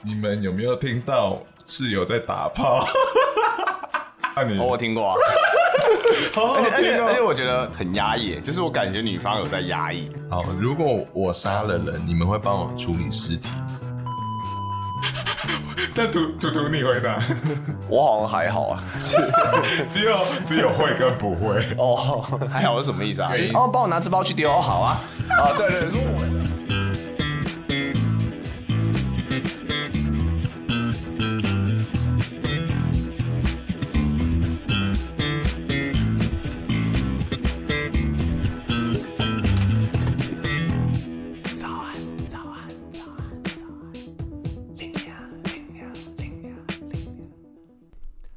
你们有没有听到室友在打炮？ 那你哦， 我听过啊，好好而且而且听哦而且我觉得很压抑，就是我感觉女方有在压抑。好，如果我杀了人，你们会帮我处理尸体？但图图图，你回答，我好像还好 啊。 只有只有会跟不会。哦，还好是什么意思啊？可就以是哦，帮我拿纸包去丢，哦好啊。啊，对对，如果我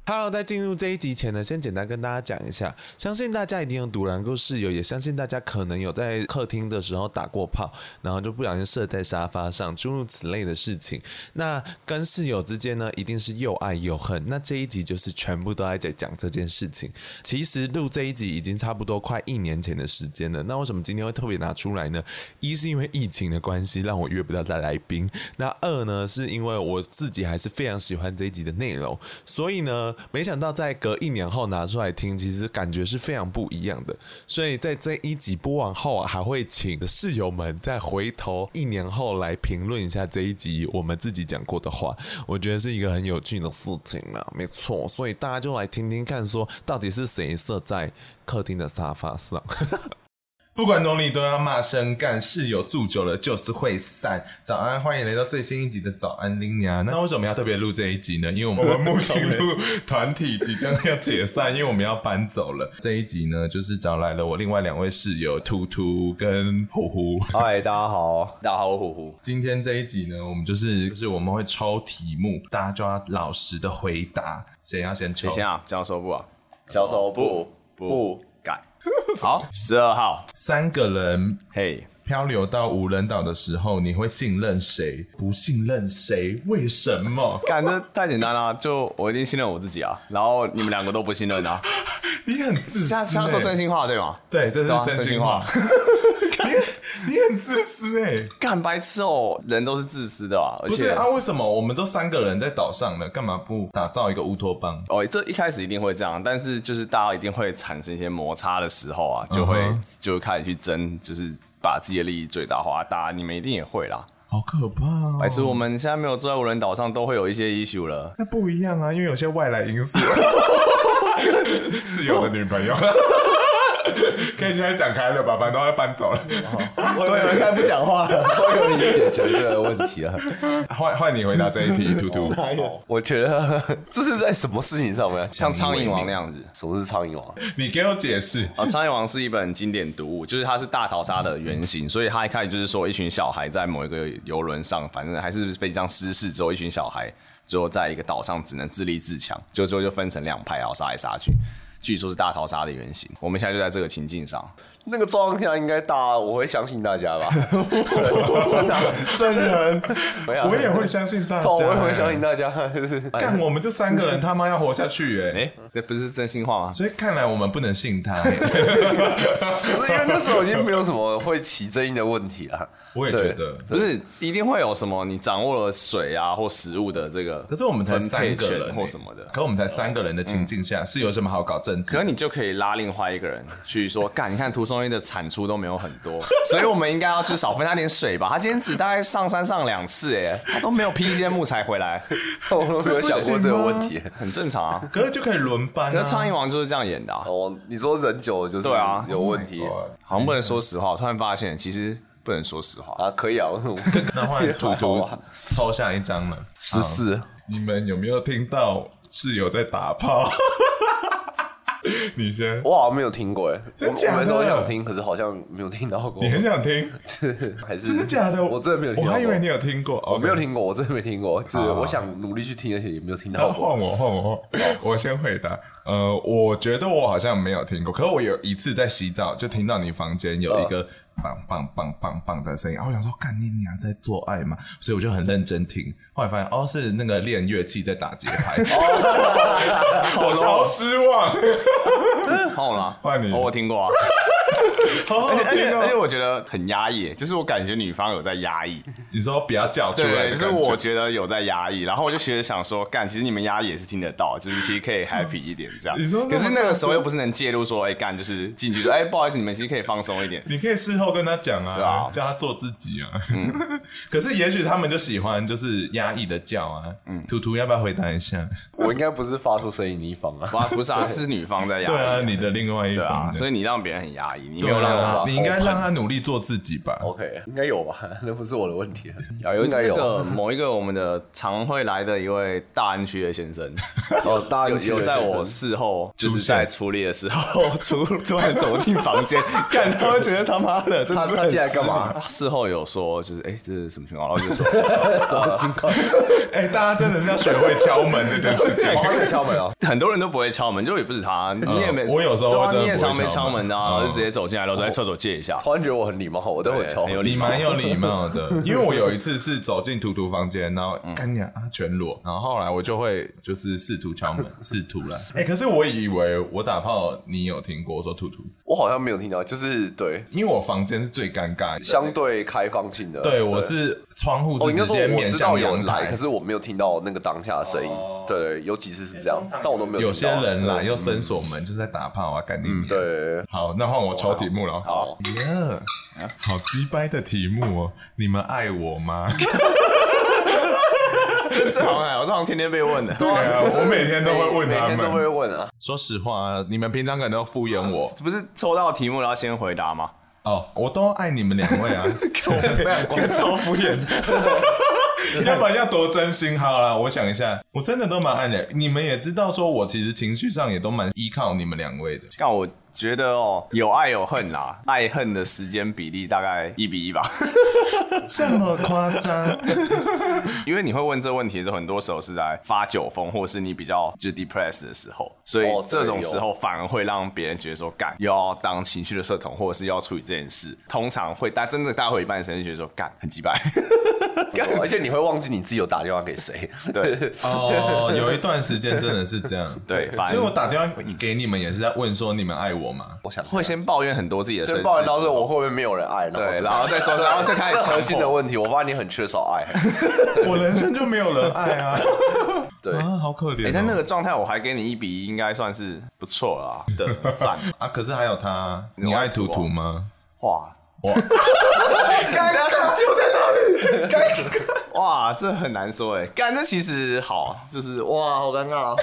Hello，在进入这一集前呢，先简单跟大家讲一下，相信大家一定有堵拦过室友，也相信大家可能有在客厅的时候打过炮，然后就不小心射在沙发上，诸如此类的事情。那跟室友之间呢，一定是又爱又恨。那这一集就是全部都在讲这件事情。其实录这一集已经差不多快一年前的时间了。那为什么今天会特别拿出来呢？一是因为疫情的关系，让我约不到大来宾。那二呢，是因为我自己还是非常喜欢这一集的内容，所以呢，没想到在隔一年后拿出来听，其实感觉是非常不一样的。所以在这一集播完后啊，还会请室友们再回头一年后来评论一下这一集我们自己讲过的话，我觉得是一个很有趣的事情啦，没错。所以大家就来听听看，说到底是谁射在客厅的沙发上。不管哪里都要骂声干，室友住久了就是会散。早安，欢迎来到最新一集的早安林雅。那为什么要特别录这一集呢？因为我们木星路团体即将要解散，因为我们要搬走了。这一集呢，就是找来了我另外两位室友图图跟虎虎。嗨，大家好，大家好，我虎虎。今天这一集呢，我们就是就是我们会抽题目，大家就要老实的回答。谁要先抽谁？先啊？教授部啊？小手不不改。好， 十二号，三个人嘿，漂流到无人岛的时候，你会信任谁？不信任谁？为什么？干这太简单了，啊就我一定信任我自己啊，然后你们两个都不信任啊。你很自私、瞎欸，瞎说真心话对吗？对，这对啊是真心话。 你你很自私哎、干白痴哦，人都是自私的啊，而不是且啊？为什么我们都三个人在岛上了，干嘛不打造一个乌托邦？哦，这一开始一定会这样，但是就是大家一定会产生一些摩擦的时候啊，就会、嗯哼就开始去争，就是把自己的利益最大化。大家你们一定也会啦，好可怕、哦！白痴，我们现在没有住在无人岛上，都会有一些 issue 了。那不一样啊，因为有些外来因 素。室友的女朋友，可以现在讲开了吧？反正都要搬走了，怎么有人开始不讲话 了？我有已经解决这个问题 了。换换你回答这一题，图图。我觉得 这是在什么事情上面？啊像苍蝇王那样子什么是苍蝇王？你给我解释。啊，《苍蝇王》是一本经典读物，就是它是大逃杀的原型，所以它一开始就是说一群小孩在某一个游轮上，反正还是飞机上失事之后，一群小孩最后在一个岛上只能自立自强，就最后就分成两派，然后杀来杀去。据说是大逃杀的原型，我们现在就在这个情境上。那个状况下应该大家，我会相信大 家吧？我真的圣人， 我也会相 信大家、哦，啊我也会相信大家。 就是干，我们就三个人，他妈要活下去哎、哎、这不是真心话吗？所以看来我们不能信 他、欸不是因为那时候已经没有什么会起争议的问题了。我也觉得。不是，一定会有什么你掌握了水啊或食物的这个，可是我们才三个人、欸、或什么的，可我们才三个人的情境嗯下、是有什么好搞政治可？你就可以拉另外一个人去说，干，你看涂松一的产出都没有很多， 所以我们应该要去少分他点水吧。他今天只大概上山上两次，哎，他都没有劈一些木材回来， 我都没有想过这个问题。很正常啊。可是就可以轮班、啊。可是苍蝇王就是这样演的、啊，哦，你说人久了就是对啊有问题哦好像不能说实话。我突然发现，其实不能说实 话。啊？可以啊，那换图图抽下一张 了。十四你们有没有听到室友在打炮？ 你先，我好像没有听过哎，我真假的我每次都想听，可是好像没有听到过你。很想听？还是真的假的？我真的没有听我到还过。以为你有听过。我没有 OK。听过，我真的没听过。就是好我想努力去听，而且也没有听那到过。哦换我， 换我，换我我先回答。呃，我觉得我好像没有听过，可是我有一次在洗澡就听到你房间有一个棒棒棒棒棒的声音，然后我想说，干你娘在做爱嘛，所以我就很认真听。后来发现，哦，是那个练乐器在打节拍， 我超失望。 换我啦，换你 哦，我听过啊。好而且而且哎而且我觉得很压抑，就是我感觉女方有在压抑，你说不要叫出对来的感觉，就是我觉得有在压抑，然后我就其实想说，干，其实你们压抑也是听得到，就是其实可以 happy 一点这样。你说可是那那么个时候又不是能介入说，哎、干，就是进去说，哎、不好意思，你们其实可以放松一点。你可以事后跟他讲对啊啊，叫他做自己啊。 可是也许他们就喜欢就是压抑的叫啊。嗯，图图要不要回答一下？我应该不是发出声音那一方啊。哇，不是啊，是女方在压抑。对啊，你的另外一 对啊，方，所以以你让别人很压抑，你没对有让啊他。，你应该让他努力做自己吧。 OK，应该有吧？那不是我的问题啊，有一应该次那有。个某一个我们的常会来的一位大安区的先生，哦，大安有区的有在我学事后就出是现在处理的时候， 突突然走进房 间，干，他会觉得他妈的，真的是他很进来干嘛失礼？他事后有说，就是哎、这是什么情况？然后就说， 生什么情况？哎，大家真的是要学会敲门这 件事情。我还没敲门啊！很多人都不会敲门，就也不是他，你也没，嗯我有时候对啊真的你也不会常没敲敲门门啊，然后就嗯哦直接走进来，然后在厕所借一下。突然觉得我很礼貌，我都有对敲很有门。礼你蛮有礼貌的， 因为我有一次是走进图图房间，然后嗯干娘啊全裸，然后后来我就会就是试图敲 门，试图了。哎、可是我以为我打炮你有听过，我说图图，我好像没有听到，就是对因为我房间是最尴尬的，相对开放性的。对我是窗户哦，是应该直说接我面知道向有阳人来，台可，是我没有听到那个当下的声音。对对，有几次是这样，但我都没有听些到。啊嗯人来又伸锁门，就是在打炮啊，赶紧。对，好，那换我抽题目了。好，耶，好鸡掰的题目哦！你们爱我吗？ 这这好像还好，这好像天天被问的。 对啊，我每天都会问每他天们都。 会问啊。说实话，你们平常可能都敷衍我 不是抽到题目然后先回 答吗？哦，我都爱你们两位 啊， 我超敷衍。要不然要多真心好啦。我想一下，我真的都蛮爱你，你们也知道，说我其实情绪上也都蛮依靠你们两位的。但我觉得哦，有爱有恨啦，爱恨的时间比例大概一比一吧。这么夸张？因为你会问这问题的时候，很多时候是在发酒疯，或是你比较就 depressed 的时候，所以哦对这种时候反而会让别人觉得说，干又要当情绪的社恐，或者是又要处理这件事，通常会大真的大家会有一半的时间就觉得说，干很 鸡掰。而且你会忘记你自己有打电话给谁。对 哦，有一段时间真的是这 样。对，反所以我正打电话给你们也是在问说你们爱我吗？ 我想会先抱怨很多自己的身先世，抱怨到这，我会不会没有人爱？对，然然后后再 说，然后再开始核诚心信的的。问题，我发现你很缺少爱。我人生就没有人爱啊，对，啊，好可怜、哎、哦。但那个状态我还给你一比一，应该算是不错了 啊的赞。啊，可是还有他，你你爱爱图图图哦吗？哇，哇， 尴尬就在那里，尴尬。哇，这很难说哎，干这其实好，就是哇，好尴 尬、哦，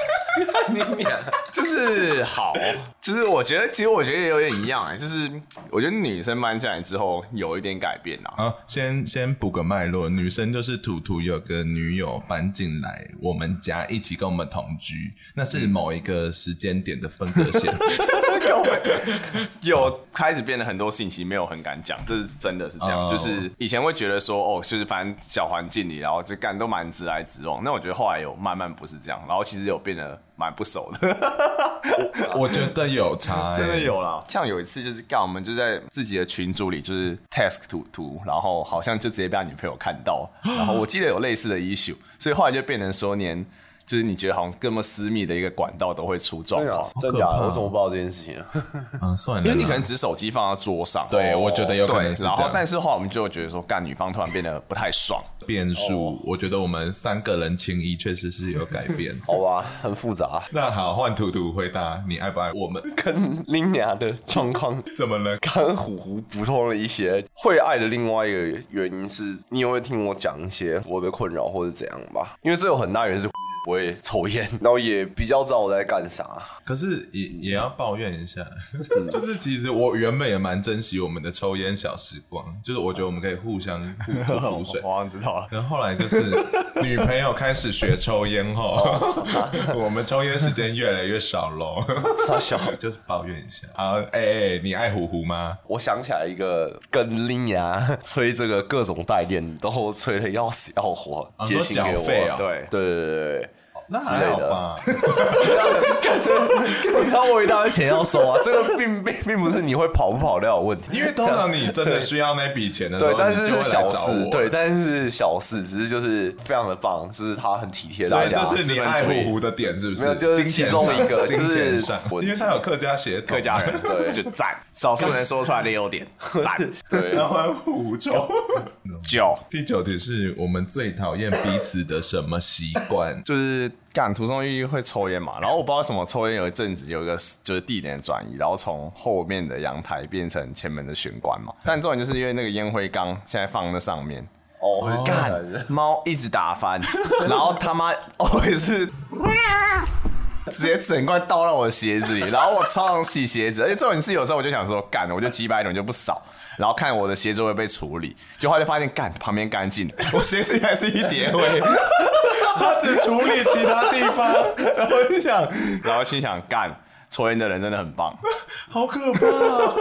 就是好，就是我觉得，其实我觉得也有点一样哎，就是我觉得女生搬进来之后有一点改变啊 啦。好，啊先先补个脉络，女生就是图图有个女友搬进来我们家，一起跟我们同居，那是某一个时间点的分割线。嗯 有开始变得很多事情，其实没有很敢讲，这是真的是这样。哦就是以前会觉得说，哦，就是反正小环境里，然后就干都蛮直来直往。那我觉得后来有慢慢不是这样，然后其实有变得蛮不熟的。我觉得有差、欸，啊 真的。有啦。哎像有一次就是干，我们就在自己的群组里就是 task 图图，然后好像就直接被他女朋友看 到，然后我记得有类似的 issue，所以后来就变成说连就是你觉得好像这么私密的一个管道都会出状况。啊真假的？我怎么不知道这件事情啊？啊，算了啦，因为你可能只是手机放到桌上，对我觉得有可能对是然这后样，但是后来我们就觉得说，干女方突然变得不太爽，。变数，我觉得我们三个人情谊确实是有改变。好吧，很复杂，那好，换图图回答，你爱不爱我们？ 跟林雅的状况。怎么 了？刚虎虎补充了一些会爱的另外一个原因是，你有没有听我讲一些我的困扰或者怎样吧？因为这有很大原因是不会抽烟，然后也比较知道我在干啥。可是也也要抱怨一下，嗯就是其实我原本也蛮珍惜我们的抽烟小时光，就是我觉得我们可以互相互吐苦水 好像知道了。然后后来就是女朋友开始学抽烟后， 我们抽烟时间越来越少喽。傻小， 就是抱怨一下。好，哎、哎你爱虎虎吗？我想起来一个跟林雅吹这个各种代练，然后吹的要死要活，啊结情给说我。缴费啊对对对对对，那之还类好的吧？你知道 我一大堆钱要收啊，这个并并并不是你会跑不跑掉的问题，因为通常你真的需要那笔钱的时候，对，但你是就会来是小找事我，对，，但是是小事，只是就是非常的棒，就是他很体贴所大以家，这是你爱护胡的点，是不是？没有就是金钱其中上一个金就是钱上，我因为他有客家血统，客家人，对就赞，少数人说出来的优点， 赞。对然后还狐臭。九？第九题是我们最讨厌彼此的什么习惯就是干涂松玉会抽烟嘛，然后我不知道为什么抽烟有一阵子有一个就是地点转移，然后从后面的阳台变成前门的玄关嘛，但重点就是因为那个烟灰缸现在放在上面，哦，干猫一直打翻，然后他妈我也是。直接整罐倒到我的鞋子里，然后我超想洗鞋子，而且这种事有时候我就想说，干，我就几百种就不扫，然后看我的鞋子会被处理，就后来就发现干旁边干净，我鞋子里还是一叠灰，他只处理其他地方，然后我就想，然后心想干，抽烟的人真的很棒，好可怕！哦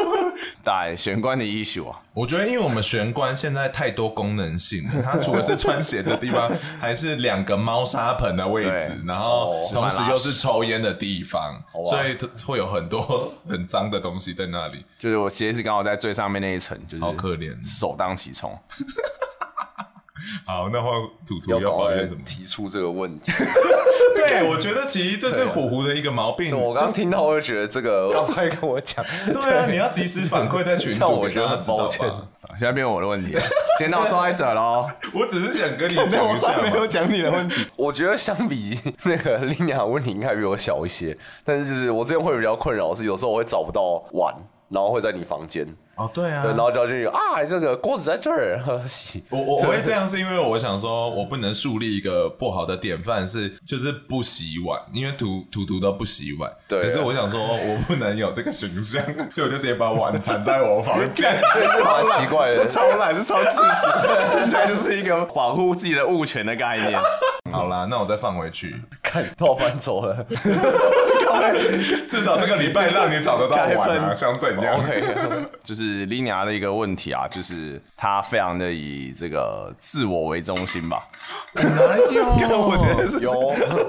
对，玄关的 issue 啊，我觉得，因为我们玄关现在太多功能性了，它除了是穿鞋的地方，还是两个猫砂盆的位置对，然后吃同饭拉时又是抽烟的地方，吧所以会有很多很脏的东西在那里，就是我鞋子刚好在最上面那一层，就是好可怜。首当其冲。好，那换图图要要赶抱快怨什么？提出这个问 题。对，我觉得其实这是虎虎的一个毛病。我刚听到，我就觉得 这个赶快跟我 讲，对啊，你要及时反馈在群这样组我给觉大得家很知道抱吧，歉。好现在变我的问题了，检讨受害 者喽。我只是想跟你讲一下 我嘛没有讲你的问题， 我觉得相比 那个林雅的问题应该比我小一些，但是就是我之前会比较困扰的是，有时候我会找不到碗，然后会在你房间，哦，对啊，对，然后就要去啊，这个锅子在这儿，呵洗。我我我会这样，是因为我想说，我不能树立一个不好的典范，是就是不洗碗，因为图图图都不洗碗。对啊可是我想说，哦我不能有这个形象， 所以我就直接把碗缠在我房间。 这是蛮奇怪的这，超懒，这超自私 的，现在就是一个保护自己的物权的概 念。好啦，那我再放回去，看我 搬走了。至少这个礼拜让你找得到碗该哦啊，分想怎样？ OK， 就是 l i n a 的一个问题啊，就是他非常的以这个自我为中心吧。哪有？我觉得是有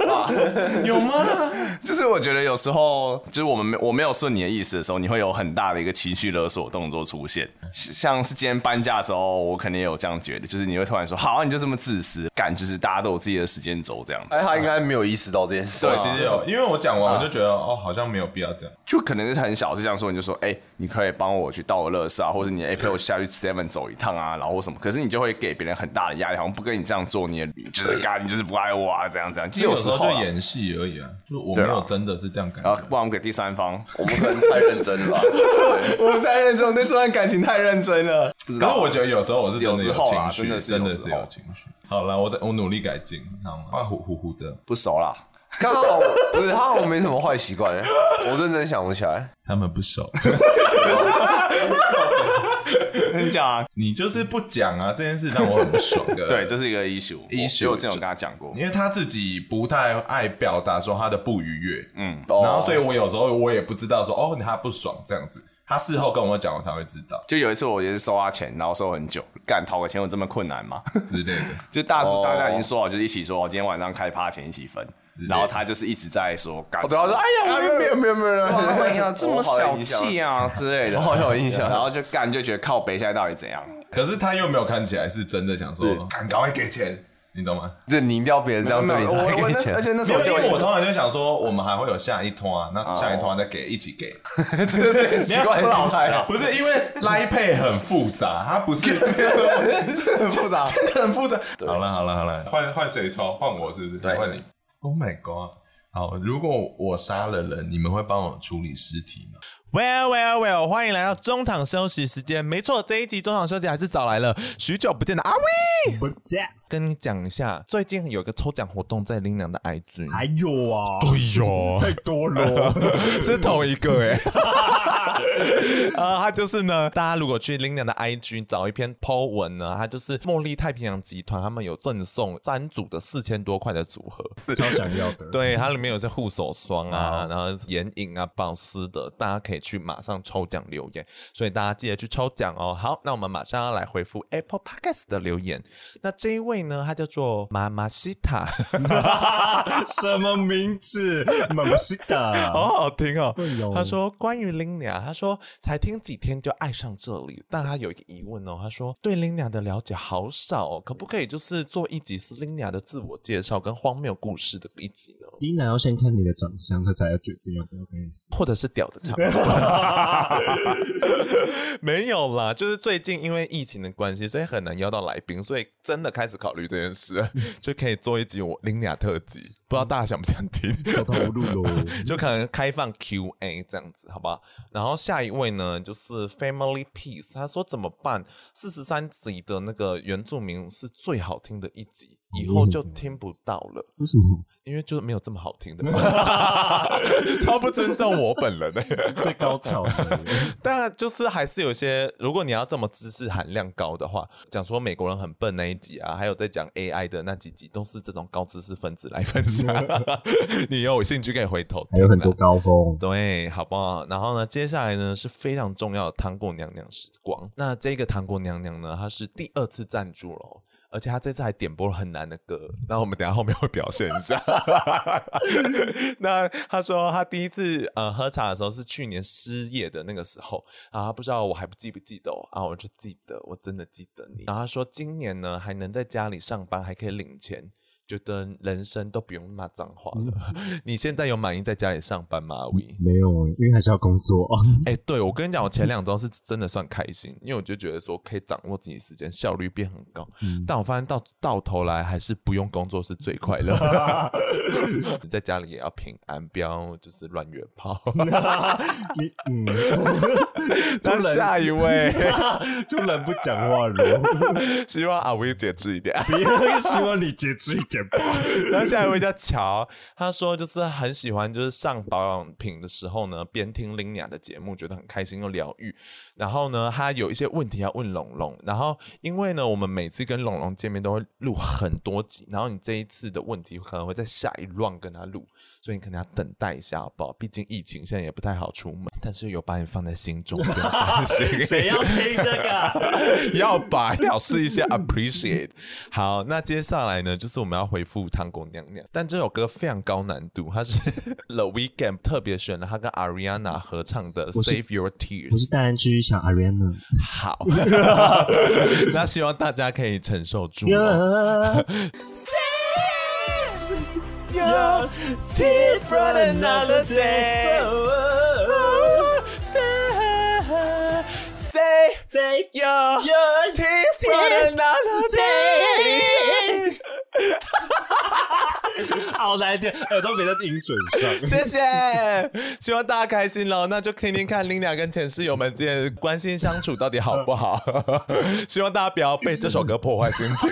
啊，有吗？就是我觉得有时候，就是我们没我没有顺你的意思的时候，你会有很大的一个情绪勒索动作出现。像是今天搬家的时候，我肯定也有这样觉得，就是你会突然说：“好啊，你就这么自私，感就是大家都有自己的时间轴这样子。哎，他应该没有意识到这件事。对，其实有，因为我讲完我就觉得，哦，好像没有必要这样。”就可能是很小事这样说，你就说：“哎、你可以帮我去倒个垃圾啊，或者你哎、陪我下去 Seven 走一趟啊，然后什么。”可是你就会给别人很大的压力，好像不跟你这样做，你也就是干，你就是不爱我啊，这样这样。就因为有时时候候就啊，演戏而已啊，就是我没对啊啊有真的是这样感然觉后。不然我们给第三方，我们可能太认真 了吧。对我们太认真，我对这段感情太认真了。不知可道是我觉得有时候我是真有的时有候情啦绪，真的是真的有时是候有情绪。好了，我在我努力改进，好吗？啊，糊糊糊的。不熟啦。刚好不是他好像没什么坏习惯，欸我认真想不起来。他们不 熟，跟你讲啊，你就是不讲啊，这件事让我很不爽的。 对，这是一个 issue issue，因为我之前有跟他讲过，因为他自己不太爱表达说他的不愉悦，嗯，哦然后所以我有时候我也不知道说哦他不爽这样子，他事后跟我讲我才会知 道就有一次我也是收他钱，然后收很久，干讨个钱有这么困难吗？之类的。就大哦叔大家已经说好，就是一起说，哦今天晚上开趴前一起分类，的然后他就是一直在说干，哦，对，他说：“哎呀，我没有没有没有没有，哎呀 这么小气啊啊之类的， 我好有印象然后就干就觉得靠北现在到底怎样？可是他又没有看起来是真的想说，赶赶快给钱，你懂吗？！”就你一定要别人这样哦对你我才我可以那而钱。且那时因候为因就为我通常就想说，我们还会有下一通啊，那下一哦通再给，一起给。这个是很奇怪的心 态啊。不是因为 Line Pay 很复杂，它不是很啊复杂，真的 很复杂。好了好了好了，换换谁抽？换我是不是？对换你。Oh my god！好，如果我杀了人，你们会帮我处理尸体吗？ Well, well, well，欢迎来到中场休息时间。没错，这一集中场休息还是找来了许久不见的阿威。不在，跟你讲一下，最近有个抽奖活动在林娘的 IG，还有啊，哎 呦，太多了。是同一个哎、啊，欸他就是呢，大家如果去 Lina 的 IG 找一篇 po 文呢，他就是茉莉太平洋集团他们有赠送三组的四千多块的组合，超想要的。对，它里面有一些护手霜啊，然后眼影啊、保湿的，大家可以去马上抽奖留言，所以大家记得去抽奖哦。好，那我们马上要来回复 Apple Podcast 的留言。那这一位呢，他叫做妈妈西塔， 什么名字？妈妈西啊达。好好听哦哎呦。他说关于 l i n a 他说才听几天就爱上这里，但他有一个疑问哦，他说对 l i n a 的了解好少哦，可不可以就是做一集是 l i n a 的自我介绍跟荒谬故事的一集呢？琳娜要先看你的长相，她才要决定要不要跟 你撕。或者是屌的差不多，没有啦，就是最近因为疫情的关系，所以很难邀到来宾，所以真的开始考虑这件事了，就可以做一集我林雅特辑，不知道大家想不想听？走投无路喽。 就可能开放 Q&A 这样子，好不好？然后下一位呢，就是 Family Peace，他说怎么办？四十三集的那个原住民是最好听的一集，以后就听不到了。为什么？因为就是没有这么好听的， 超不尊重我本人的、 最高潮的，但就是还是有些，如果你要这么知识含量高的话，讲说美国人很笨那一集啊，还有在讲 AI 的那几集，都是这种高知识分子来 分享。你有兴趣可以回头听啊还有很多高峰。对，好不好？然后呢，接下来呢是非常重要的糖果娘娘时光。那这个糖果娘娘呢，她是第二次赞助了。而且她这次还点播了很难的歌，那我们等一下后面会表现一下。 那她说她第一次呃喝茶的时候是去年失业的那个时候，啊，不知道我还不记不记得哦啊，我就记得，我真的记得你。然后她说今年呢还能在家里上班，还可以领钱，觉得人生都不用骂脏话了。 你现在有满意在家里上班吗？阿威？没有欸，因为还是要工作。哎、对我跟你讲，我前两周是真的算开心，因为我就觉得说可以掌握自己时间，效率变很高。但我发现到到头来还是不用工作是最快乐。你 在家里也要平安，不要就是乱约炮。 你嗯，那下一位，突然不讲话 了， 希望阿威节制一点。别 希望你节制一点吧。然后下一位叫乔，他说就是很喜欢，就是上保养品的时候呢，边听林雅的节目，觉得很开心又疗愈。然后呢，他有一些问题要问龙龙，然后因为呢，我们每次跟龙龙见面都会录很多集，然后你这一次的问题可能会在下一 round 跟他录，所以你可能要等待一下，好不好？毕竟疫情现在也不太好出门，但是有把你放在心中，不要担心谁要听这个？ 要把表示一下 appreciate。好，那接下来呢，就是我们要回复糖果娘娘，但这首歌非常高难度，它是 The Weeknd 特别选了他跟 Ariana 合唱的《是 Save Your 我是 Tears》。大安区小 Ariana。好， 那希望大家可以承受住哦。谁 Yo, Your tears for another day。 好难听，耳朵别在音准上。谢谢， 希望大家开心喽。那就听听看 Lina 跟前室友们之间的关心相处到底好不好。 希望大家不要被这首歌破坏心情。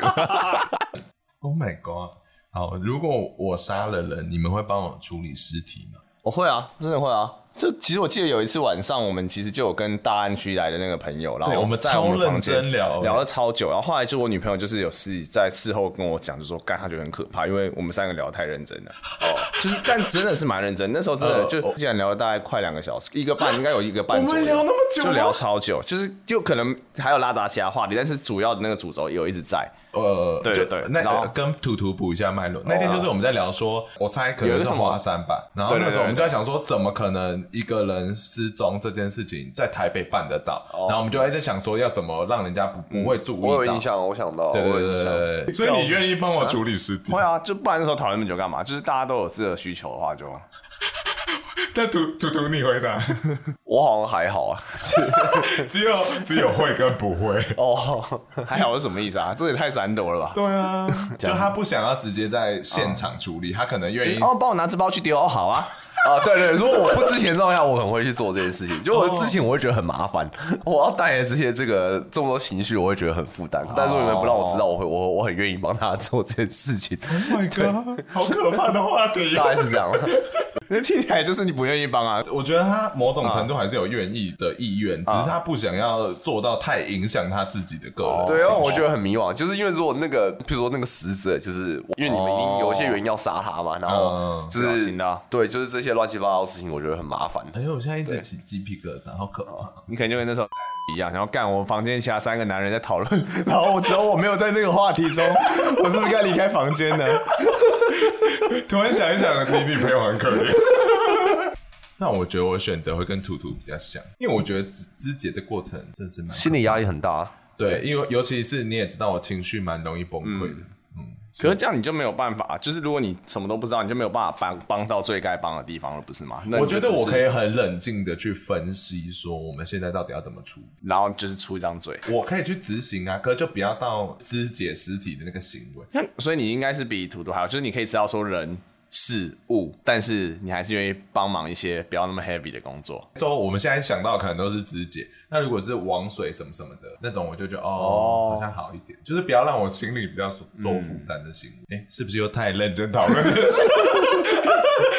Oh my god！好，如果我杀了人，你们会帮我处理尸体吗？我会啊，真的会啊。这其实我记得有一次晚上，我们其实就有跟大安区来的那个朋友，然对后我们在我超们认房间真聊欸聊了超久，然后后来就我女朋友就是有事在事后跟我讲，就说干，她觉得很可怕，因为我们三个聊得太认真了。哦，就是但真的是蛮认真，那时候真的哦就竟然聊了大概快两个小时，一个半应该有一个半我左们右，聊那么久吗就聊超久，就是就可能还有拉杂其他话题，但是主要的那个主轴有一直在。呃，对就对那然后呃跟图图补一下脉络。那天就是我们在聊说，我猜可有一能个是什么华山吧。然后对对那时候我们就对在想说，怎么可能一个人失踪这件事情在台北办得到？哦然后我们就一直在想说，要怎么让人家不不会嗯注意到。 我有印，象，我想到，对对我有印对象。对对。所以你愿意帮我处理 尸体会？啊，就不然那时候讨论那么久干嘛？就是大家都有自己的需求的话就，那图图图你回答，我好像还好 啊。只有只有会跟不会。哦，还好是什么意思啊？这也太闪躲了吧？对 啊，就他不想要直接在现场处理，他可能愿意。哦，帮我拿纸包去丢，哦，好啊。啊，对对，如果我不知情的状况下，我很会去做这 件事哦情。就我知情，我会觉得很麻烦， 我要代言这些这个这么多情绪，我会觉得很负担。哦但是如果你们不让我知道，我会我我很愿意帮他做这件事情， Oh my god，好可怕的话题大概是这样。那听起来就是你不愿意帮啊。我觉得他某种程度还是有愿意的意愿，啊只是他不想要做到太影响他自己的个人。对，哦让我觉得很迷惘，就是因为如果那个，比如说那个死者，就是因为你们一定有一些原因要杀他嘛，然后哦嗯就小是心的啊对，就是这些乱七八糟的事情，我觉得很麻烦。哎呦，我现在一直对起鸡皮疙瘩，好可怕！你可能就跟那时候一样，然后干我房间其他三个男人在讨论，然后我只有我没有在那个话题中，我是不是该离开房间呢？突然想一想，你女朋友很可怜。 那我觉得我选择会跟图图比较像，因为我觉得肢肢解的过程真的是蛮心理压力很嗯大，对，因为尤其是你也知道，我情绪蛮容易崩溃的。嗯可是这样你就没有办法，就是如果你什么都不知道，你就没有办法帮帮到最该帮的地方了，不是吗？那你我觉得就只我是可以，很冷静的去分析，说我们现在到底要怎么处理。然后就是出一张嘴。我可以去执行啊，可就不要到肢解尸体的那个行为。那所以你应该是比图图还好，就是你可以知道说人事物，但是你还是愿意帮忙一些不要那么 heavy 的工作。说我们现在想到的可能都是肢解，那如果是王水什么什么的那种，我就觉得哦哦，好像好一点，就是不要让我心里比较多负担的行为。哎、是不是又太认真讨论这个事？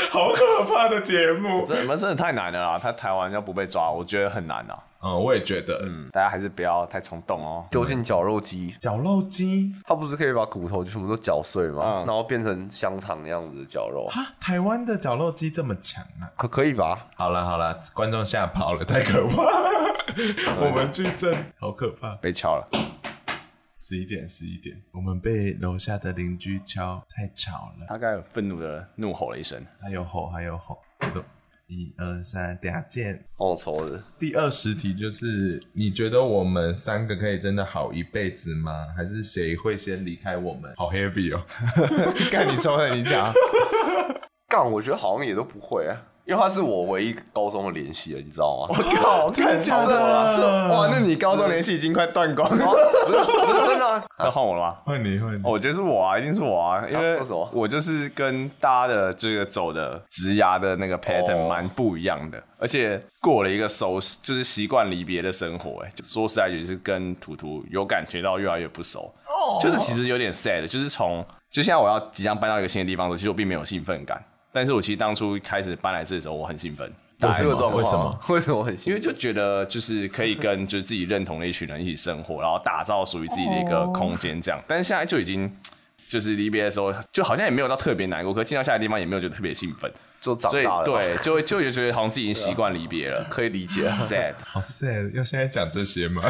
好可怕的节目。这你们真的太难了啦！他台湾要不被抓，我觉得很难啊。嗯，我也觉得。嗯，大家还是不要太冲动哦。丢进绞肉机，绞肉机它不是可以把骨头全部都绞碎吗？嗯然后变成香肠那样子的绞肉，啊，台湾的绞肉机这么强啊！可可以吧？好了好了，观众吓跑了，太可怕了。我们去震，好可怕！被敲了，十一点，十一点，我们被楼下的邻居敲，太吵了。大概有愤怒的怒吼了一声。还有吼，还有吼，走，一二三，等下见。哦，愁的，第二十题就是，你觉得我们三个可以真的好一辈子吗？还是谁会先离开我们？好 heavy 哦！ 干你抽的，你讲。啊干，我觉得好像也都不会啊，因为他是我唯一高中的联系了，你知道 吗？啊我靠，太 假的啦这哇，那你高中联系已经快断光了。不是不哦是真 的啊，那换我了 吧？换你，换你。哦我觉得是我啊，一定是我啊，因为为什么我就是跟大家的这个走的职涯的那个 pattern 哦蛮不一样的，而且过了一个熟，就是习惯离别的生活、哎，就说实在也是跟图图有感觉到越来越不熟，哦就是其实有点 sad，就是从就现在我要即将搬到一个新的地方的时候，其实我并没有兴奋感，但是我其实当初开始搬来这的时候，我很兴奋。我是有这种为什况啊？ 为什么很因幸为就觉得就是可以跟就是自己认同的一群人一起生活，然后打造属于自己的一个空间这样。但是现在就已经就是离别的时候，就好像也没有到特别难过，可进到下一个地方也没有觉得特别兴奋，就长所以大了吧？对，就会就会觉得好像自己已经习惯离别 了。可以理解。 sad，好 sad，要现在讲这些 吗？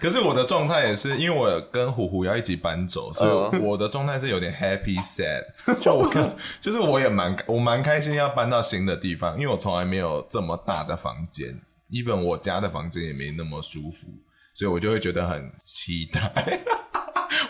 可是我的状态也是，因为我跟虎虎要一起搬走，所以我的状态是有点 happy sad。就嗯我看，就是我也蛮我蛮开心要搬到新的地方，因为我从来没有这么大的房间，even 我家的房间也没那么舒服，所以我就会觉得很期待。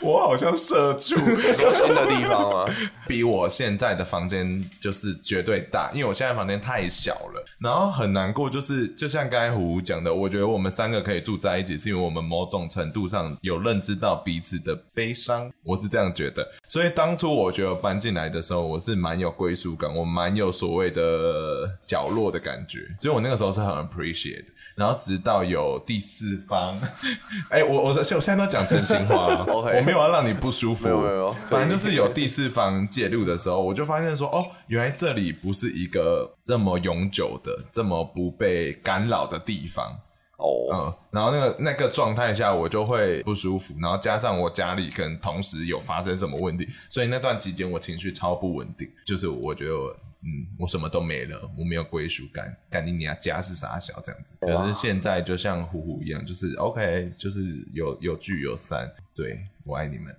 我好像社畜，说新的地方啊吗？比我现在的房间就是绝对大，因为我现在房间太小了，然后很难过，就是就像刚才虎虎讲的，我觉得我们三个可以住在一起，是因为我们某种程度上有认知到彼此的悲伤，我是这样觉得。所以当初我觉得搬进来的时候，我是蛮有归属感，我蛮有所谓的角落的感觉，所以我那个时候是很 appreciate 的。然后直到有第四方，哎、我我我现在都讲真心话了 OK 我没有要让你不舒服。没有没有没有反正就是有第四方介入的时候，我就发现说，哦，原来这里不是一个这么永久的、这么不被干扰的地方。哦，嗯，然后那个那个状态下，我就会不舒服，然后加上我家里可能同时有发生什么问题，所以那段期间我情绪超不稳定，就是我觉得我。嗯，我什么都没了，我没有归属感，干你娘家是傻小这样子。可是现在就像虎虎一样，就是 OK，就是有有聚有散，对我爱你 们，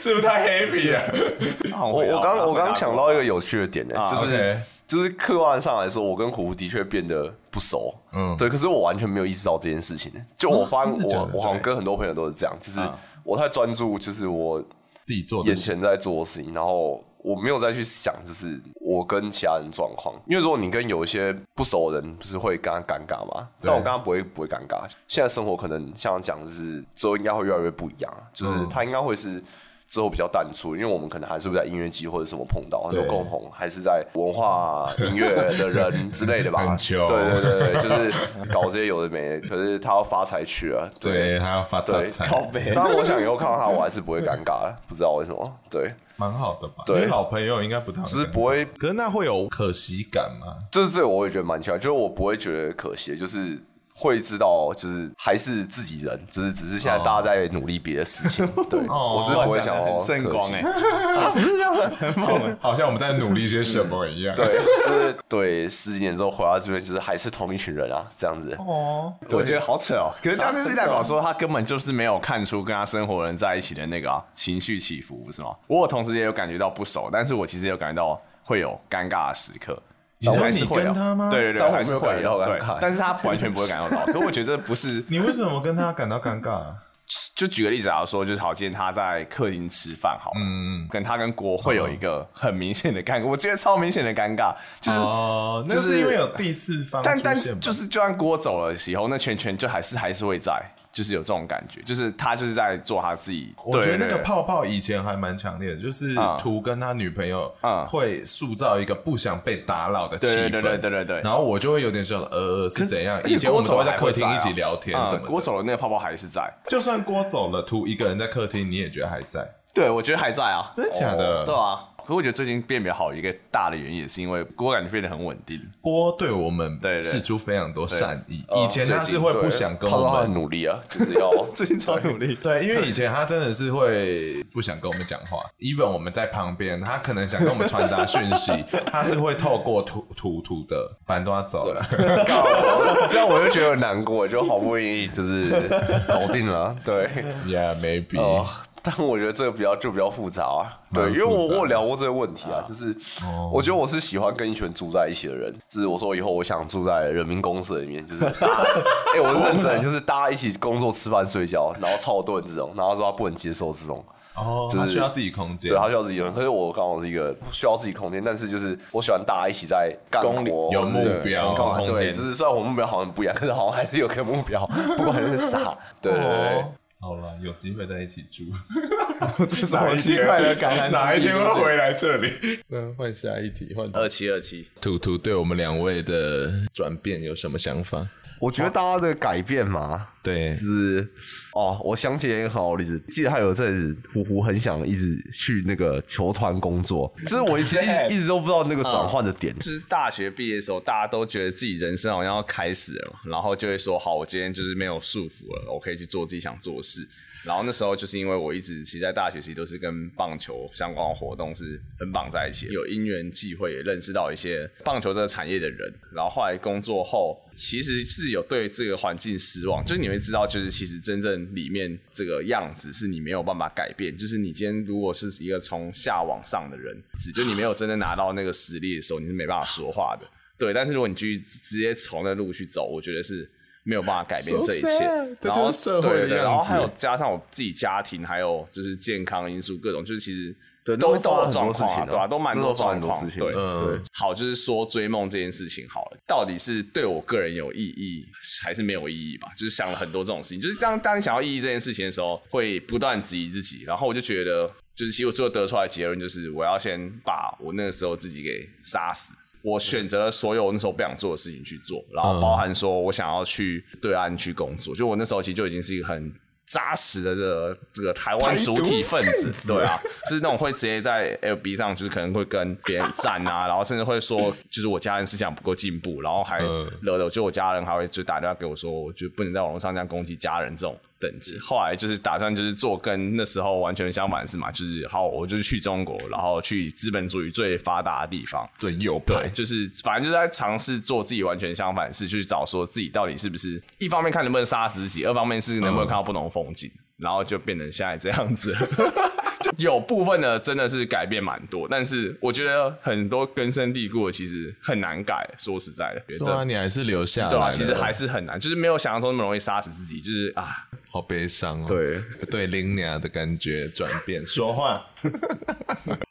是不是太 happy 了？我我啊我刚我刚想到一个有趣的点啊呢， 就是 OK 就是客观上来说，我跟虎虎的确变得不熟。嗯，对，可是我完全没有意识到这件事情。就我发现真的假我的我好像跟很多朋友都是这样，就是啊我太专注，就是我自己做的眼事，前在做的事情，然后我没有再去想，就是我跟其他人状况。因为如果你跟有一些不熟的人，不是会跟他尴尬吗？对但我跟他不会不会尴尬。现在生活可能像讲，就是之后应该会越来越不一样啊，就是嗯他应该会是。之后比较淡出，因为我们可能还是会在音乐季或者什么碰到很多对共同，还是在文化音乐 的人之类的吧。很穷对对对，就是搞这些有的没的，可是他要发财去了。对，还要发大对，财，北。当然，我想以后看到他，我还是不会尴尬的，不知道为什么。对，蛮好的吧？对因为老朋友应该不太，只是不，会可是那会有可惜感吗？这这我也觉得蛮奇怪，就是我不会觉得可惜，就是会知道，就是还是自己人，就是只是现在大家在努力别的事情。对，哦我是不会想讲得要很圣光哎、哎。哦好像我们在努力些什么一样。对， 就是对，十几年之后回到这边，就是还是同一群人啊，这样子。哦我觉得好扯哦。可是这样就是代表说他根本就是没有看出跟他生活人在一起的那个、啊、 情绪起伏，不是吗？我有同时也有感觉到不熟，但是我其实也有感觉到会有尴尬的时刻。其实还是会你有跟他吗对对对，但我还是没有会感觉到有尴对尬，但是他完全不会感觉到。可我觉得这不是你为什么跟他感到尴尬啊？就举个例子来啊说，就是好，今天他在客厅吃饭，好了，嗯跟他跟国会有一个很明显的尴尬，我觉得超明显的尴尬，就是。哦，那就是是因为有第四方但出现但吧就是，就算郭走了以后，那圈圈就还是还是会在，就是有这种感觉，就是他就是在做他自己。我觉得对那对个对泡泡以前还蛮强烈的，就是啊图跟他女朋友啊会塑造一个不想被打扰的气对氛，对对对对对然后我就会有点想，呃，是怎样？而且以前我郭们都走了会还在客厅在啊一起聊天嗯什么的。郭走了那个泡泡还是在，就算郭走了，图一个人在客厅，你也觉得还在，对我觉得还在啊，真的假的？对啊。可我觉得最近变比较好，一个大的原因也是因为郭感觉变得很稳 定，郭对我们对对示出非常多善意，呃以前他是会不想跟他说我他很们。努力啊，就是 要最近超努力。对，因为以前他真的是会不想跟我们讲话，even 我们在旁边，他可能想跟我们传达讯息，他是会透过图图图的，反正都要走了。 干我 这样我就觉得很难过，就好不容易就是搞定了，啊对。 Yeah，maybe、哦， 但我觉得这个比较就比较复杂啊，蛮对，因为我复我杂有聊过这个问题啊，就是我觉得我是喜欢跟一群人住在一起的人，就是我说以后我想住在人民公社里面，就是 大家，哎、我是认真，就是大家一起工作、吃饭、睡觉，然后操顿这种，然后他说他不能接受这种，哦，就他是需要自己空间对，他需要自己人，可是我刚好是一个不需要自己空间，但是就是我喜欢大家一起在干活，有就是目标干嘛空对，间就是虽然我目标好像不一样，可是好像还是有个目标，不管是啥，对对对。好了，有机会在一起住。这是我 奇怪的感染，哪一天会回来这里？那换下一题，换二七二七，图图对我们两位的转变有什么想法？我觉得大家的改变嘛，对，就是哦，我想起一个很好的例子，记得他有一阵子呼呼很想一直去那个球团工作，就是我其实 Yes 一一直都不知道那个转换的点。就是大学毕业的时候，大家都觉得自己人生好像要开始了嘛，然后就会说好，我今天就是没有束缚了，我可以去做自己想做的事。然后那时候就是因为我一直其实在大学其实都是跟棒球相关的活动是很绑在一起的，有因缘际会也认识到一些棒球这个产业的人。然后后来工作后，其实是有对这个环境失望，就是你会知道，就是其实真正里面这个样子是你没有办法改变，就是你今天如果是一个从下往上的人，只就你没有真的拿到那个实力的时候，你是没办法说话的。对，但是如果你继续直接朝那路去走，我觉得是没有办法改变 So 这一切。 sad，这然就后是社会对的对，样然后子还有加上我自己家庭，还有就是健康因素各种，就是其实对都那会都发有很多状况、事啊，情啊对吧、都蛮那多会发状很多况事，情对。嗯，好，就是说追梦这件事情好了，到底是对我个人有意义还是没有意义吧？就是想了很多这种事情，就是当当你想要意义这件事情的时候，会不断质疑自己，然后我就觉得，就是其实我最后得出来的结论就是，我要先把我那个时候自己给杀死。我选择了所有我那时候不想做的事情去做，然后包含说我想要去对岸去工作，就我那时候其实就已经是一个很扎实的这个这个台湾主体分子，对啊，是那种会直接在 LB 上，就是可能会跟别人战啊， 然后甚至会说，就是我家人思想不够进步，然后还嗯惹得我就我家人还会就打电话给我说，我就不能在网络上这样攻击家人这种等级。后来就是打算就是做跟那时候完全相反的事嘛，就是好，我就是去中国，然后去资本主义最发达的地方，最右对，派，就是反正就是在尝试做自己完全相反的事，去找说自己到底是不是一方面看能不能杀死自己，二方面是能嗯不能看到不同的风景，然后就变成现在这样子 了。就有部分的真的是改变蛮多，但是我觉得很多根深蒂固的其实很难改。说实在的，觉得对啊，你还是留下来对啊，了其实还是很难，就是没有想象中那么容易杀死自己，就是啊，好悲伤哦。对，对 l i n a 的感觉转变，说话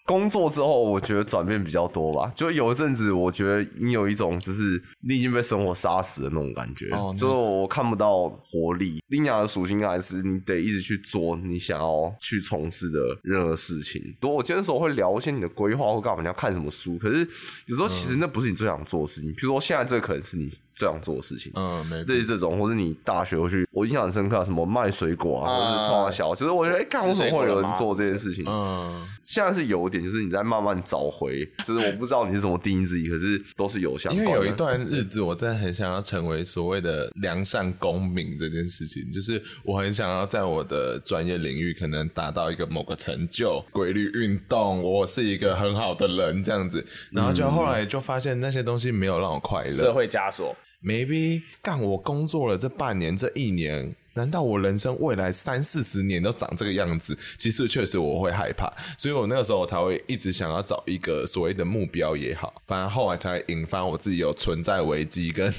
工作之后，我觉得转变比较多吧。就有一阵子，我觉得你有一种就是你已经被生活杀死的那种感觉，哦那就是我看不到活力。丁雅的属性还是你得一直去做你想要去从事的任何事情。多我今天的时候会聊一些你的规划或干嘛，你要看什么书。可是有时候其实那不是你最想做的事情。比如说现在这可能是你最想做的事情，嗯，没类似这种，或是你大学会去，我印象很深刻，什么卖水果啊，啊或者是创小，其实我觉得，哎、干为什么会有人做这件事情？嗯，现在是有一点，就是你在慢慢找回，就是我不知道你是怎么定义自己，可是都是有相因关为的。有一段日子，我真的很想要成为所谓的良善公民这件事情，就是我很想要在我的专业领域可能达到一个某个成就，规律运动，我是一个很好的人这样子，然后就后来就发现那些东西没有让我快乐，社会枷锁， maybe 干我工作了这半年这一年，难道我人生未来三四十年都长这个样子？其实确实我会害怕，所以我那个时候我才会一直想要找一个所谓的目标也好，反正后来才引发我自己有存在危机跟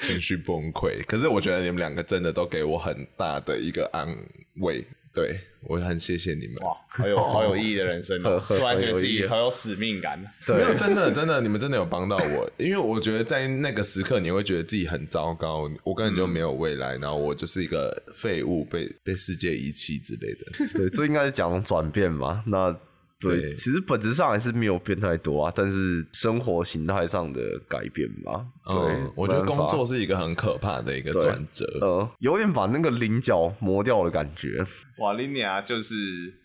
情绪崩溃。可是我觉得你们两个真的都给我很大的一个安慰，对我很谢谢你们。哇，好有好有意义的人生 哦，突然觉得自己很有使命感。没有真的 真的，你们真的有帮到我，因为我觉得在那个时刻，你会觉得自己很糟糕，我根本就没有未来，然后我就是一个废物， 被被世界遗弃之类的。对，这应该是讲转变吧？那对，对其实本质上还是没有变太多啊，但是生活形态上的改变吧。对，嗯，我觉得没办法工作是一个很可怕的一个转折。呃，有点把那个菱角磨掉的感觉。瓦林尼亚就是，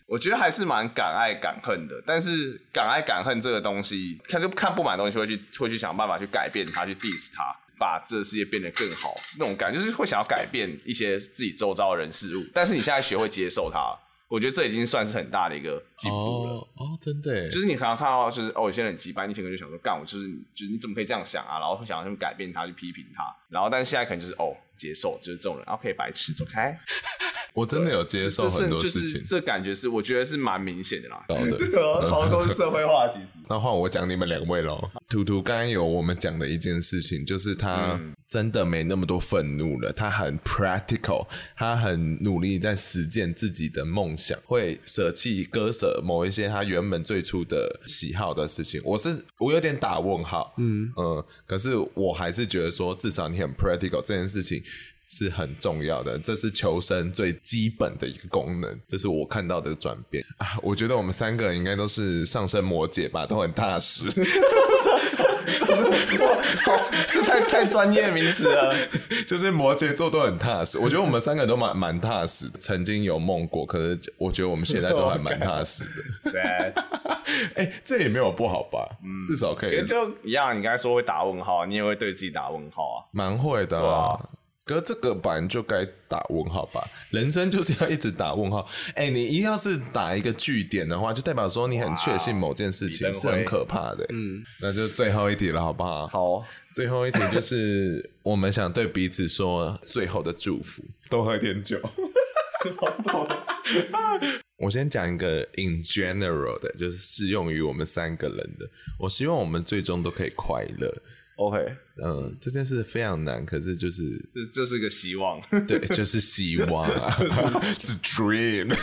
我觉得还是蛮敢爱敢恨的，但是敢爱敢恨这个东西，看就看不满的东西会去会去想办法去改变它，去 diss 它，把这个世界变得更好，那种感觉就是会想要改变一些自己周遭的人事物，但是你现在学会接受它，我觉得这已经算是很大的一个进步了。哦哦，真的耶，就是你可能看到，就是哦，有些人很急掰，你以前可能就想说，干我就是，就是你怎么可以这样想啊？然后会想要去改变他，去批评他，然后但是现在可能就是哦，接受，就是这种人，OK，白痴，走开。我真的有接受这这很多就是事情。这感觉是我觉得是蛮明显的啦。啊到 的，好像都是社会化，其实。那换我讲你们两位喽。图图刚刚有我们讲的一件事情，就是他真的没那么多愤怒了，他很 practical，他很努力在实践自己的梦想，会舍弃割舍某一些他原本最初的喜好的事情。我是我有点打问号，嗯嗯，可是我还是觉得说，至少你很 practical 这件事情。是很重要的，这是求生最基本的一个功能，这是我看到的转变啊！我觉得我们三个人应该都是上升摩羯吧，都很踏实。 这太太专业名词了。 就是摩羯座都很踏实，我觉得我们三个都蛮蛮踏实的，曾经有梦过，可是我觉得我们现在都还蛮踏实 的。 哎、这也没有不好吧？至少可以也就一样，你刚才说会打问号，你也会对自己打问号啊。蛮会的啦。可是这个版就该打问号吧，人生就是要一直打问号。哎、你一定要是打一个句点的话，就代表说你很确信某件事情李登是辉很可怕的、嗯，那就最后一题了，好不好？好，最后一题就是我们想对彼此说最后的祝福，多喝点酒。 我先讲一个 in general 的，就是适用于我们三个人的。我希望我们最终都可以快乐。 OK，嗯，这件事非常难，可是 就是这这是个希望，对，就是希望啊，是 dream。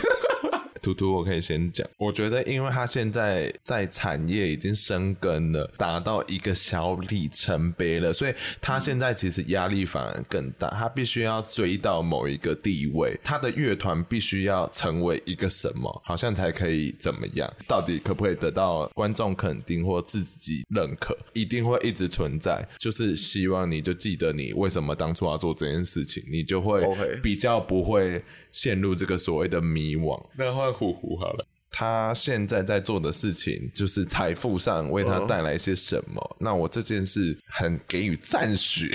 图图，我可以先讲。我觉得，因为他现在在产业已经生根了，达到一个小里程碑了，所以他现在其实压力反而更大。他必须要追到某一个地位，他的乐团必须要成为一个什么，好像才可以怎么样？到底可不可以得到观众肯定或自己认可？一定会一直存在。就是希望你就记得你为什么当初要做这件事情，你就会 OK 比较不会陷入这个所谓的迷惘。那换虎虎好了。他现在在做的事情，就是财富上为他带来一些什么。那我这件事很给予赞许。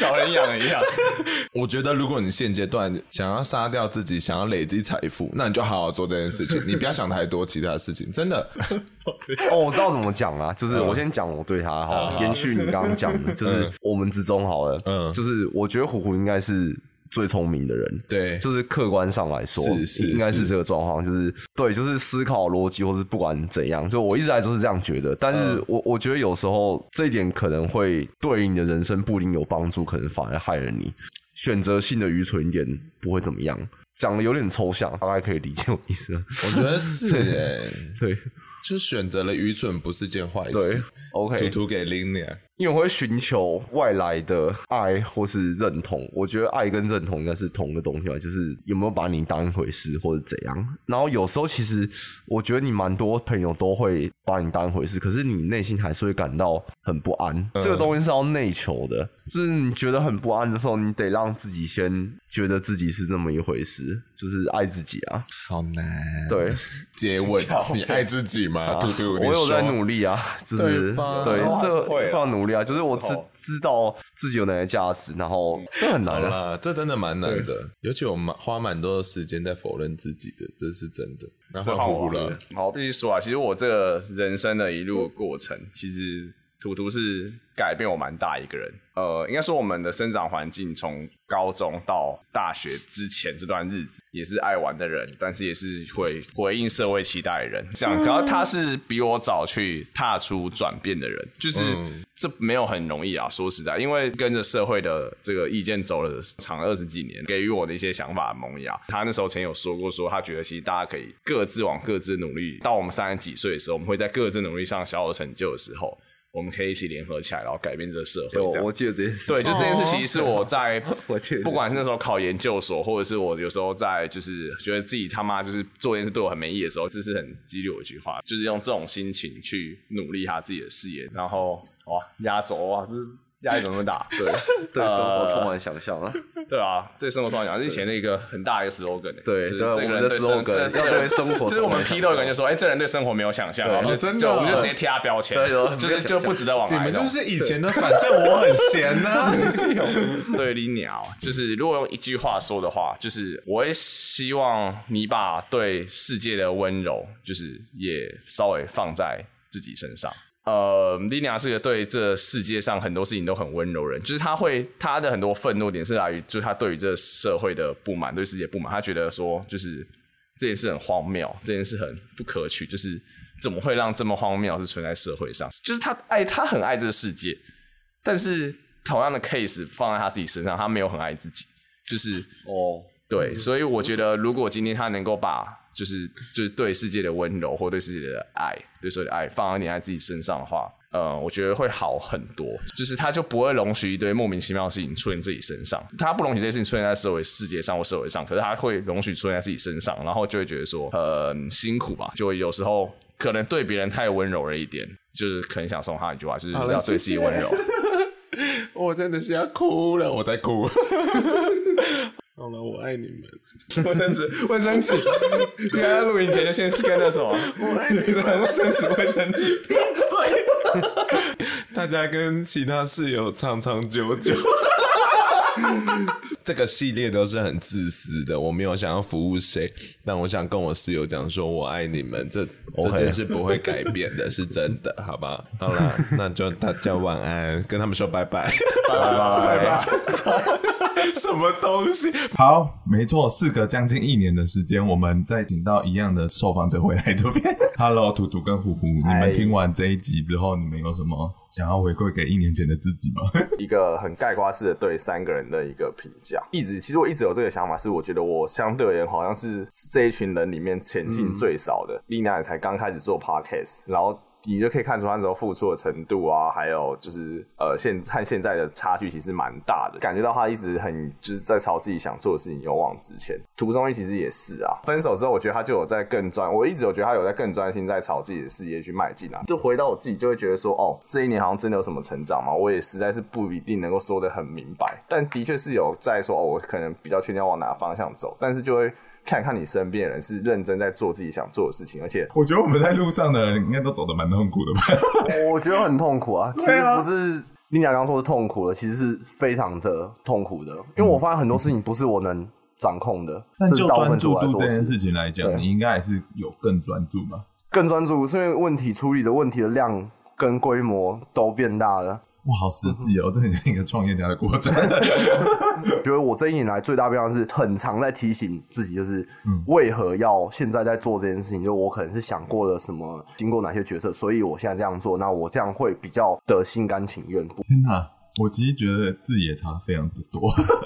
找人养一样。 我觉得，如果你现阶段想要杀掉自己，想要累积财富，那你就好好做这件事情，你不要想太多其他事情。真的，哦，我知道怎么讲了，就是嗯我先讲我对他哈，延续你刚刚讲的，就是我们之中好了，嗯嗯，就是我觉得虎虎应该是最聪明的人， 对，就是客观上来说，是是应该是这个状况，就是对，就是思考逻辑，或是不管怎样，就我一直来都是这样觉得。但嗯是我、我觉得有时候这一点可能会对你的人生不一定有帮助，可能反而害了你。选择性的愚蠢一点不会怎么样，讲的有点抽象，大概可以理解我意思了。我觉得是哎、对就选择了愚蠢不是件坏对事。 ，OK，图图给 Lina，因为我会寻求外来的爱或是认同。我觉得爱跟认同应该是同一个东西吧，就是有没有把你当一回事或者怎样。然后有时候其实我觉得你蛮多朋友都会把你当一回事，可是你内心还是会感到很不安。嗯这个东西是要内求的，就是你觉得很不安的时候，你得让自己先觉得自己是这么一回事，就是爱自己啊。好难。对，接吻，你爱自己吗？啊图图，我你有在说努力啊，就是对吧有对时候还是这会啦要努力啊，就是我有知时候知道自己有哪些价值，然嗯后这很好难啊。啦，这真的蛮难的，尤其我蛮花蛮多的时间在否认自己的，这是真的。然后换换我呼了，。 好，必须说啊，其实我这个人生的一路过程，其实图图是改变我蛮大一个人。呃，应该说我们的生长环境，从高中到大学之前这段日子，也是爱玩的人，但是也是会回应社会期待的人。这样，然后他是比我早去踏出转变的人，就是。这没有很容易啊，说实在，因为跟着社会的这个意见走了长二十几年，给予我的一些想法萌芽。他那时候曾有说过说他觉得其实大家可以各自往各自努力。到我们三十几岁的时候，我们会在各自努力上小有成就的时候，我们可以一起联合起来，然后改变这个社会。对，这样我我记得这件事。对，就这件事其实是我在哦我确实不管是那时候考研究所，或者是我有时候在就是觉得自己他妈就是做一件事对我很没意义的时候，这是很激励我一句话，就是用这种心情去努力他自己的事业，然后哇压轴哇，这是压力怎么那么大？对 呃对生活充满想象啊。对啊，对生活创想是以前的一个很大一个 slogan 欸、对就是对这我个们人的对生 slogan 这个要对人生活就是我们充满批斗一个人就说，哎，这人对生活没有想象，然后对哦就真的就我们就直接贴他标签对哦对，就是就不值得往来这你种。们就是以前的，反正我很闲啊 呐。对你鸟，就是如果用一句话说的话，就是我也希望你把对世界的温柔，就是也稍微放在自己身上。呃，Lina 是个对这世界上很多事情都很温柔人，就是他会他的很多愤怒点是来于，就是他对于这社会的不满，对世界不满，他觉得说就是这件事很荒谬，这件事很不可取，就是怎么会让这么荒谬的事存在社会上？就是他爱他很爱这个世界，但是同样的 case 放在他自己身上，他没有很爱自己，就是哦，对，所以我觉得如果今天他能够把就是就是对世界的温柔或对世界的爱，对所有的爱放一点在自己身上的话。呃，我觉得会好很多，就是他就不会容许一堆莫名其妙的事情出现自己身上，他不容许这些事情出现在社会世界上或社会上，可是他会容许出现在自己身上，然后就会觉得说，呃，辛苦吧，就会有时候可能对别人太温柔了一点，就是可能想送他一句话，就是要了对自己温柔。我真的是要哭了，我在哭。好了，我爱你们。卫生纸，卫生纸，你刚刚录影前就先是跟那 什么，卫生纸，卫生纸， 大家跟其他室友长长久久。这个系列都是很自私的，我没有想要服务谁，但我想跟我室友讲说，我爱你们，这这 OK 件事不会改变的，是真的，好 吧？好啦，那就大家晚安，跟他们说拜拜，拜拜拜。什么东西？好，没错，事隔将近一年的时间，我们再请到一样的受访者回来这 边。Hello，图图跟虎虎，你嗨们听完这一集之后，你们有什么想要回馈给一年前的自己吗？一个很概括式的对三个人的一个评价。一直其实我一直有这个想法，是我觉得我相对而言好像是这一群人里面前进最少的。丽娜也才刚开始做 podcast，然后。你就可以看出她那时候付出的程度啊，还有就是呃现和现在的差距其实蛮大的，感觉到她一直很就是在朝自己想做的事情勇往直前。涂中玉其实也是啊，分手之后我觉得她就有在更专，我一直有觉得她有在更专心在朝自己的事业去迈进啊。就回到我自己就会觉得说，哦，这一年好像真的有什么成长嘛，我也实在是不一定能够说的很明白，但的确是有在说，哦，我可能比较确定要往哪个方向走，但是就会。看看你身边的人是认真在做自己想做的事情，而且我觉得我们在路上的人应该都走得蛮痛苦的吧？我觉得很痛苦啊。其实不是丽娜刚说是痛苦的，其实是非常的痛苦的，因为我发现很多事情不是我能掌控的， 但这嗯就是大部专分是注我来度做这的件事情来对讲，你应该还是有更专注吧？更专注，是因为问题处理的问题的量跟规模都变大了。哇，好实际哦，这很像一个创业家的过 程。觉得我这一年来最大变化是，很常在提醒自己，就是嗯为何要现在在做这件事情。就我可能是想过了什么，经过哪些决策，所以我现在这样做，那我这样会比较的心甘情愿。不天哪！我其实觉得字也差非常的多，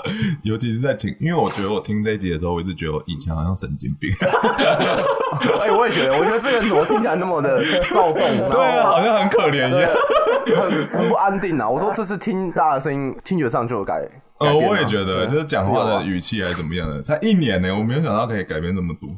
尤其是在情，因为我觉得我听这一集的时候，我一直觉得我以前好像神 经病，哎、我也觉得，我觉得这个人怎么听起来那么的躁动？然后对啊，好像很可怜一样。很很不安定啊！我说这次听大家的声音，听觉上就有改。呃，改变我也吗觉得，对就是讲话有啊的语气还是怎么样的，才一年呢、我没有想到可以改变这么多。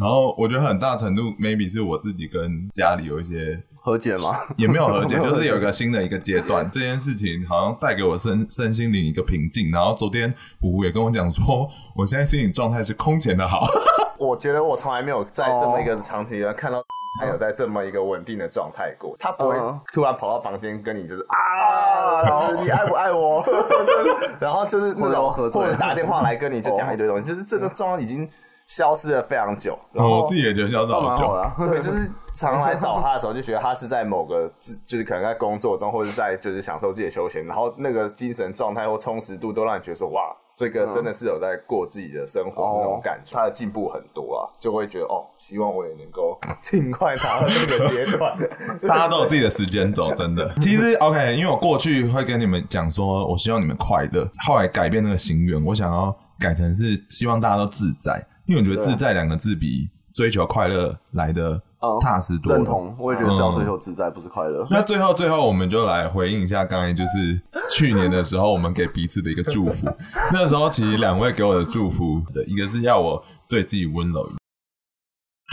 然后我觉得很大程度，maybe 是我自己跟家里有一些和解嘛，也没有和 解，没有和就解是有一个新的一个阶段。这件事情好像带给我身身心灵一个平静。然后昨天五五也跟我讲说，我现在心理状态是空前的好。 我觉得我从来没有在这么一个场景下看啊到。还有在这么一个稳定的状态过，他不会嗯突然跑到房间跟你就是哦啊，就是你爱不爱我？ 就是然后就是那或者我种喝或醉者打电话来跟你就讲一堆东西，就是这个状况已经消失了非常久。然后哦我自己也觉得消失蛮好好久的。啊。 对，就是常来找他的时候，就觉得他是在某个自，就是可能在工作中，或者在就是享受自己的休闲，然后那个精神状态或充实度都让你觉得说，哇，这个真的是有在过自己的生活那种感觉。他的进步很多啊，就会觉得哦，希望我也能够尽快达到这个阶段。 大家都有自己的时间 走，真的。其实 OK，因为我过去会跟你们讲说，我希望你们快乐，后来改变那个心愿，我想要改成是希望大家都自在，因为我觉啊得自在两个字比追求快乐来的嗯踏实多了。认同，我也觉得是要追求自在，不是快乐。那最后最后，我们就来回应一下刚才就是去年的时候，我们给彼此的一个祝福。那时候其实两位给我的祝福的，一个是要我对自己温柔一点，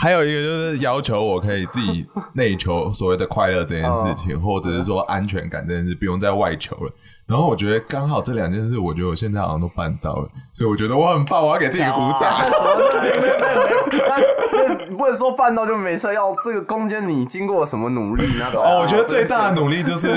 还有一个就是要求我可以自己内求所谓的快乐这件事情，或者是说安全感这件事，不用再外求了。然后我觉得刚好这两件事，我觉得我现在好像都办到了，所以我觉得我很棒，我要给自己鼓掌。什么都没有在没有，那不能说办到就没事，要这个攻坚你经过什么努力那种。哦，我觉得最大的努力就是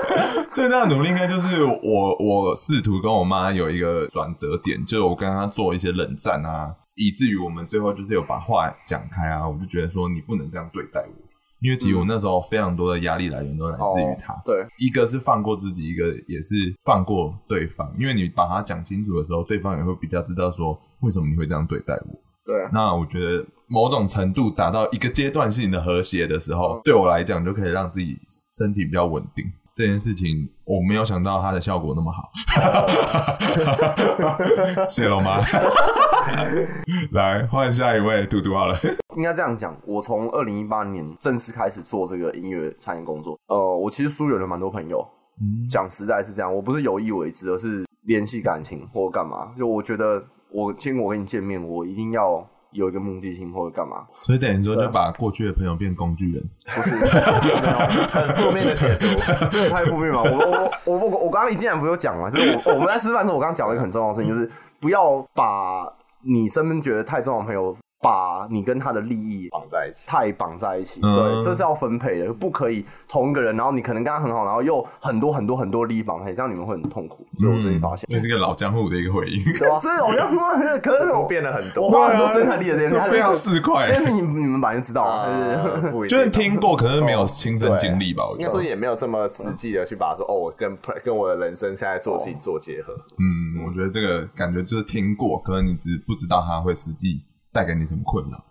最大的努力应该就是我我试图跟我妈有一个转折点，就是我跟她做一些冷战啊，以至于我们最后就是有把话讲开啊，我就觉得说你不能这样对待我。因为其实我那时候非常多的压力来源都来自于她。嗯哦对，一个是放过自己，一个也是放过对方。因为你把它讲清楚的时候，对方也会比较知道说为什么你会这样对待我。对啊那我觉得某种程度达到一个阶段性的和谐的时嗯候，对我来讲就可以让自己身体比较稳定。这件事情我没有想到它的效果那么好， 谢谢龙 妈。来换下一位嘟嘟好了，应该这样讲，我从二零一八年正式开始做这个音乐餐饮工作。呃，我其实疏远了蛮多朋友，讲实在是这样，我不是有意为之，而是联系感情或干嘛。就我觉得，我今天我跟你见面，我一定要有一个目的性或者干嘛。所以等于说啊就把过去的朋友变工具人。不 是，很负面的解读， 这也太负面了。我我我我我刚刚一进来不就讲了，就是我我们在吃饭的时候，我刚刚讲了一个很重要的事情，就是不要把你身边觉得太重要的朋友，把你跟他的利益绑在一起，太绑在一起。嗯对，这是要分配的，不可以同一个人，然后你可能跟他很好，然后又很多很多很多利益绑在一起，这样你们会很痛苦。这是我最近发现。这是个老江湖的一个回应，对嗯啊吧？这我要说，可是我变了很我多，花很多生产力的这件事，这非常市这侩件事你你们本来就知道啊，就是 呃不一定就是听过，可是没有亲身经历吧？我啊应觉该得说也没有这么实际的去把说哦，我跟跟我的人生现在做的事情做结合。嗯，我觉得这个感觉就是听过，可能你只不知道它会实际带给你什么困扰。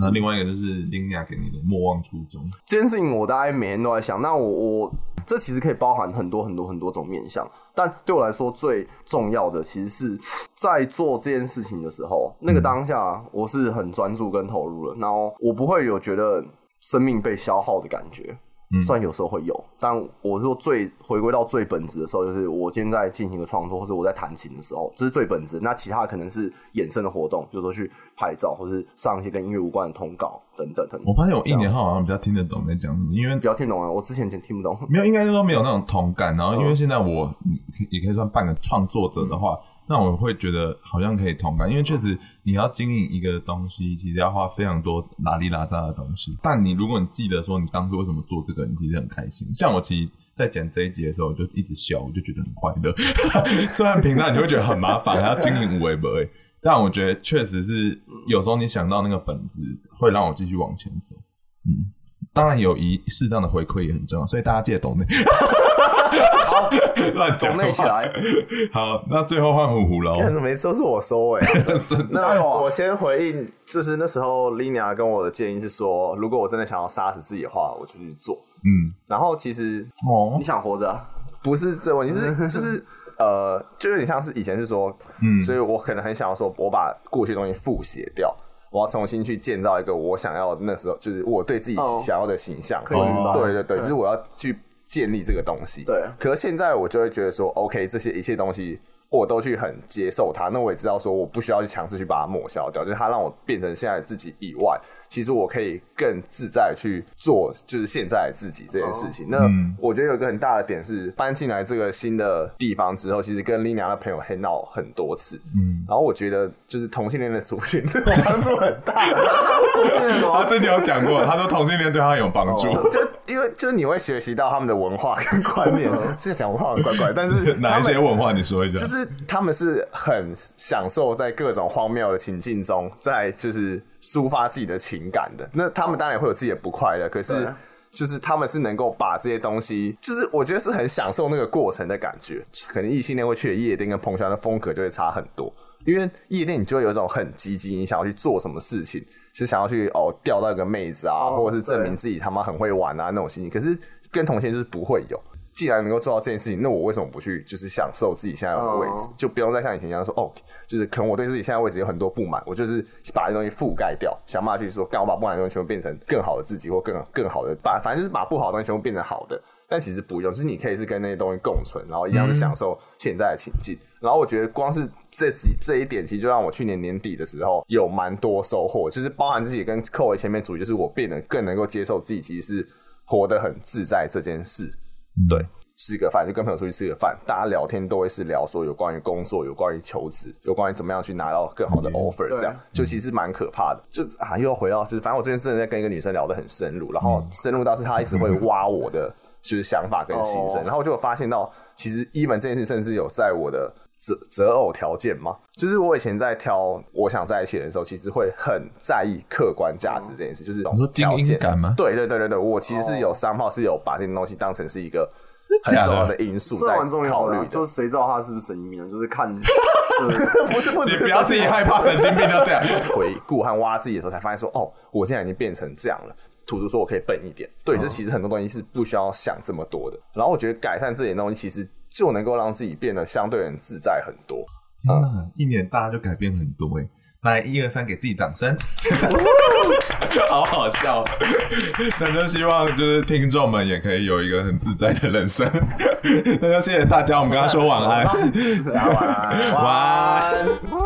那另外一个就是林雅给你的莫忘初衷，这件事情我大概每天都在想。那我我这其实可以包含很多很多很多种面向，但对我来说最重要的其实是在做这件事情的时候，那个当下我是很专注跟投入了，然后我不会有觉得生命被消耗的感觉。虽然有时候会有，但我是说最回归到最本质的时候，就是我今天在进行一个创作，或者我在弹琴的时候，这是最本质。那其他可能是衍生的活动，比如说去拍照，或是上一些跟音乐无关的通告等等等等。我发现我一啊年后好像比较听得懂在讲什么，因为不要听懂啊，我之前真听不懂。 没有，应该是说没有那种同感。然后因为现在我嗯也可以算半个创作者的话，那我会觉得好像可以同感，因为确实你要经营一个东西，其实要花非常多拉里拉扎的东西。但你如果你记得说你当初为什么做这个，你其实很开心。像我其实。在剪这一集的时候，我就一直笑，我就觉得很快乐。 虽然平常你会觉得很麻烦，还要经营五维博，但我觉得确实是有时候你想到那个本质，会让我继续往前走。嗯，当然有一适当的回馈也很重要，所以大家记得懂内。 乱讲 懂内起来。好，那最后换虎虎喽。但每次都是我收 尾、加那油啊我先回应，就是那时候 Lina 跟我的建议是说，如果我真的想要杀死自己的话，我就去做。嗯，然后其实哦你，想活着啊、不是这问题， 是就是呃，就有点像是以前是说，嗯，所以我可能很想要说，我把过去的东西复写掉，我要重新去建造一个我想要那时候就是我对自己哦想要的形象，可以明白对对对，就是我要去建立这个东西。对可是现在我就会觉得说，OK，这些一切东西。我都去很接受它，那我也知道说我不需要去强制去把它抹消掉，就是它让我变成现在的自己以外，其实我可以更自在地去做，就是现在的自己这件事情。哦那、我觉得有一个很大的点是，搬进来这个新的地方之后，其实跟丽娘的朋友 hang out 很多次，嗯，然后我觉得就是同性恋的族群对我帮助很 大，他之前有讲过，他说同性恋对他有帮助。 就因为就是你会学习到他们的文化跟观念，嗯是讲文化很怪怪，但是 哪一些他们文化？你说一下。就是他们是很享受在各种荒谬的情境中，在就是抒发自己的情感的。那他们当然也会有自己的不快乐，可是对就是他们是能够把这些东西，就是我觉得是很享受那个过程的感觉。可能异性恋会去的夜店跟朋友圈的风格就会差很多。因为夜店，你就会有一种很积极，你想要去做什么事情，是想要去哦钓到一个妹子啊，哦或者是证对明自己他妈很会玩啊那种心情。可是跟同性就是不会有。既然能够做到这件事情，那我为什么不去就是享受自己现在有的位置哦就不用再像以前一样说哦，就是可能我对自己现在位置有很多不满，我就是把这东西覆盖掉，想办法去说，干我把不满的东西全部变成更好的自己，或更更好的，把反正就是把不好的东西全部变成好的。但其实不用，就是你可以是跟那些东西共存，然后一样是享受现在的情境。然后我觉得光是这几这一点，其实就让我去年年底的时候有蛮多收获，就是包含自己跟扣回前面主义，就是我变得更能够接受自己其实是活得很自在这件事。吃个饭，就跟朋友出去吃个饭，大家聊天都会是聊说有关于工作、有关于求职、有关于怎么样去拿到更好的 offer，这样就其实蛮可怕的。就是啊，又要回到就是，反正我最近真的在跟一个女生聊得很深入，然后深入到是她一直会挖我的就是想法跟心声，哦然后就有发现到其实 even 这件事甚至有在我的。择择偶条件吗？就是我以前在挑我想在一起的人的时候，其实会很在意客观价值这件事，就是你你说精英感吗对对对对对，我其实是有三炮是有把这些东西当成是一个很哦真的假的重要的因素这在蛮重要考的虑啊，的，就是谁知道他是不是神经病啊，就是 看，不是不你止不要自己害怕神经病就这样。 回顾和挖自己的时候，才发现说，哦，我现在已经变成这样了。吐出说我可以笨一点，对，嗯这其实很多东西是不需要想这么多的。然后我觉得改善自己的东西，其实就能够让自己变得相对很自在很 多。天哪， 一年大家就改变很多哎、来，一二三，给自己掌声， 好好笑。那就希望就是听众们也可以有一个很自在的人生。 那就谢谢大家，我们跟他说晚安。晚安，晚安。晚安哇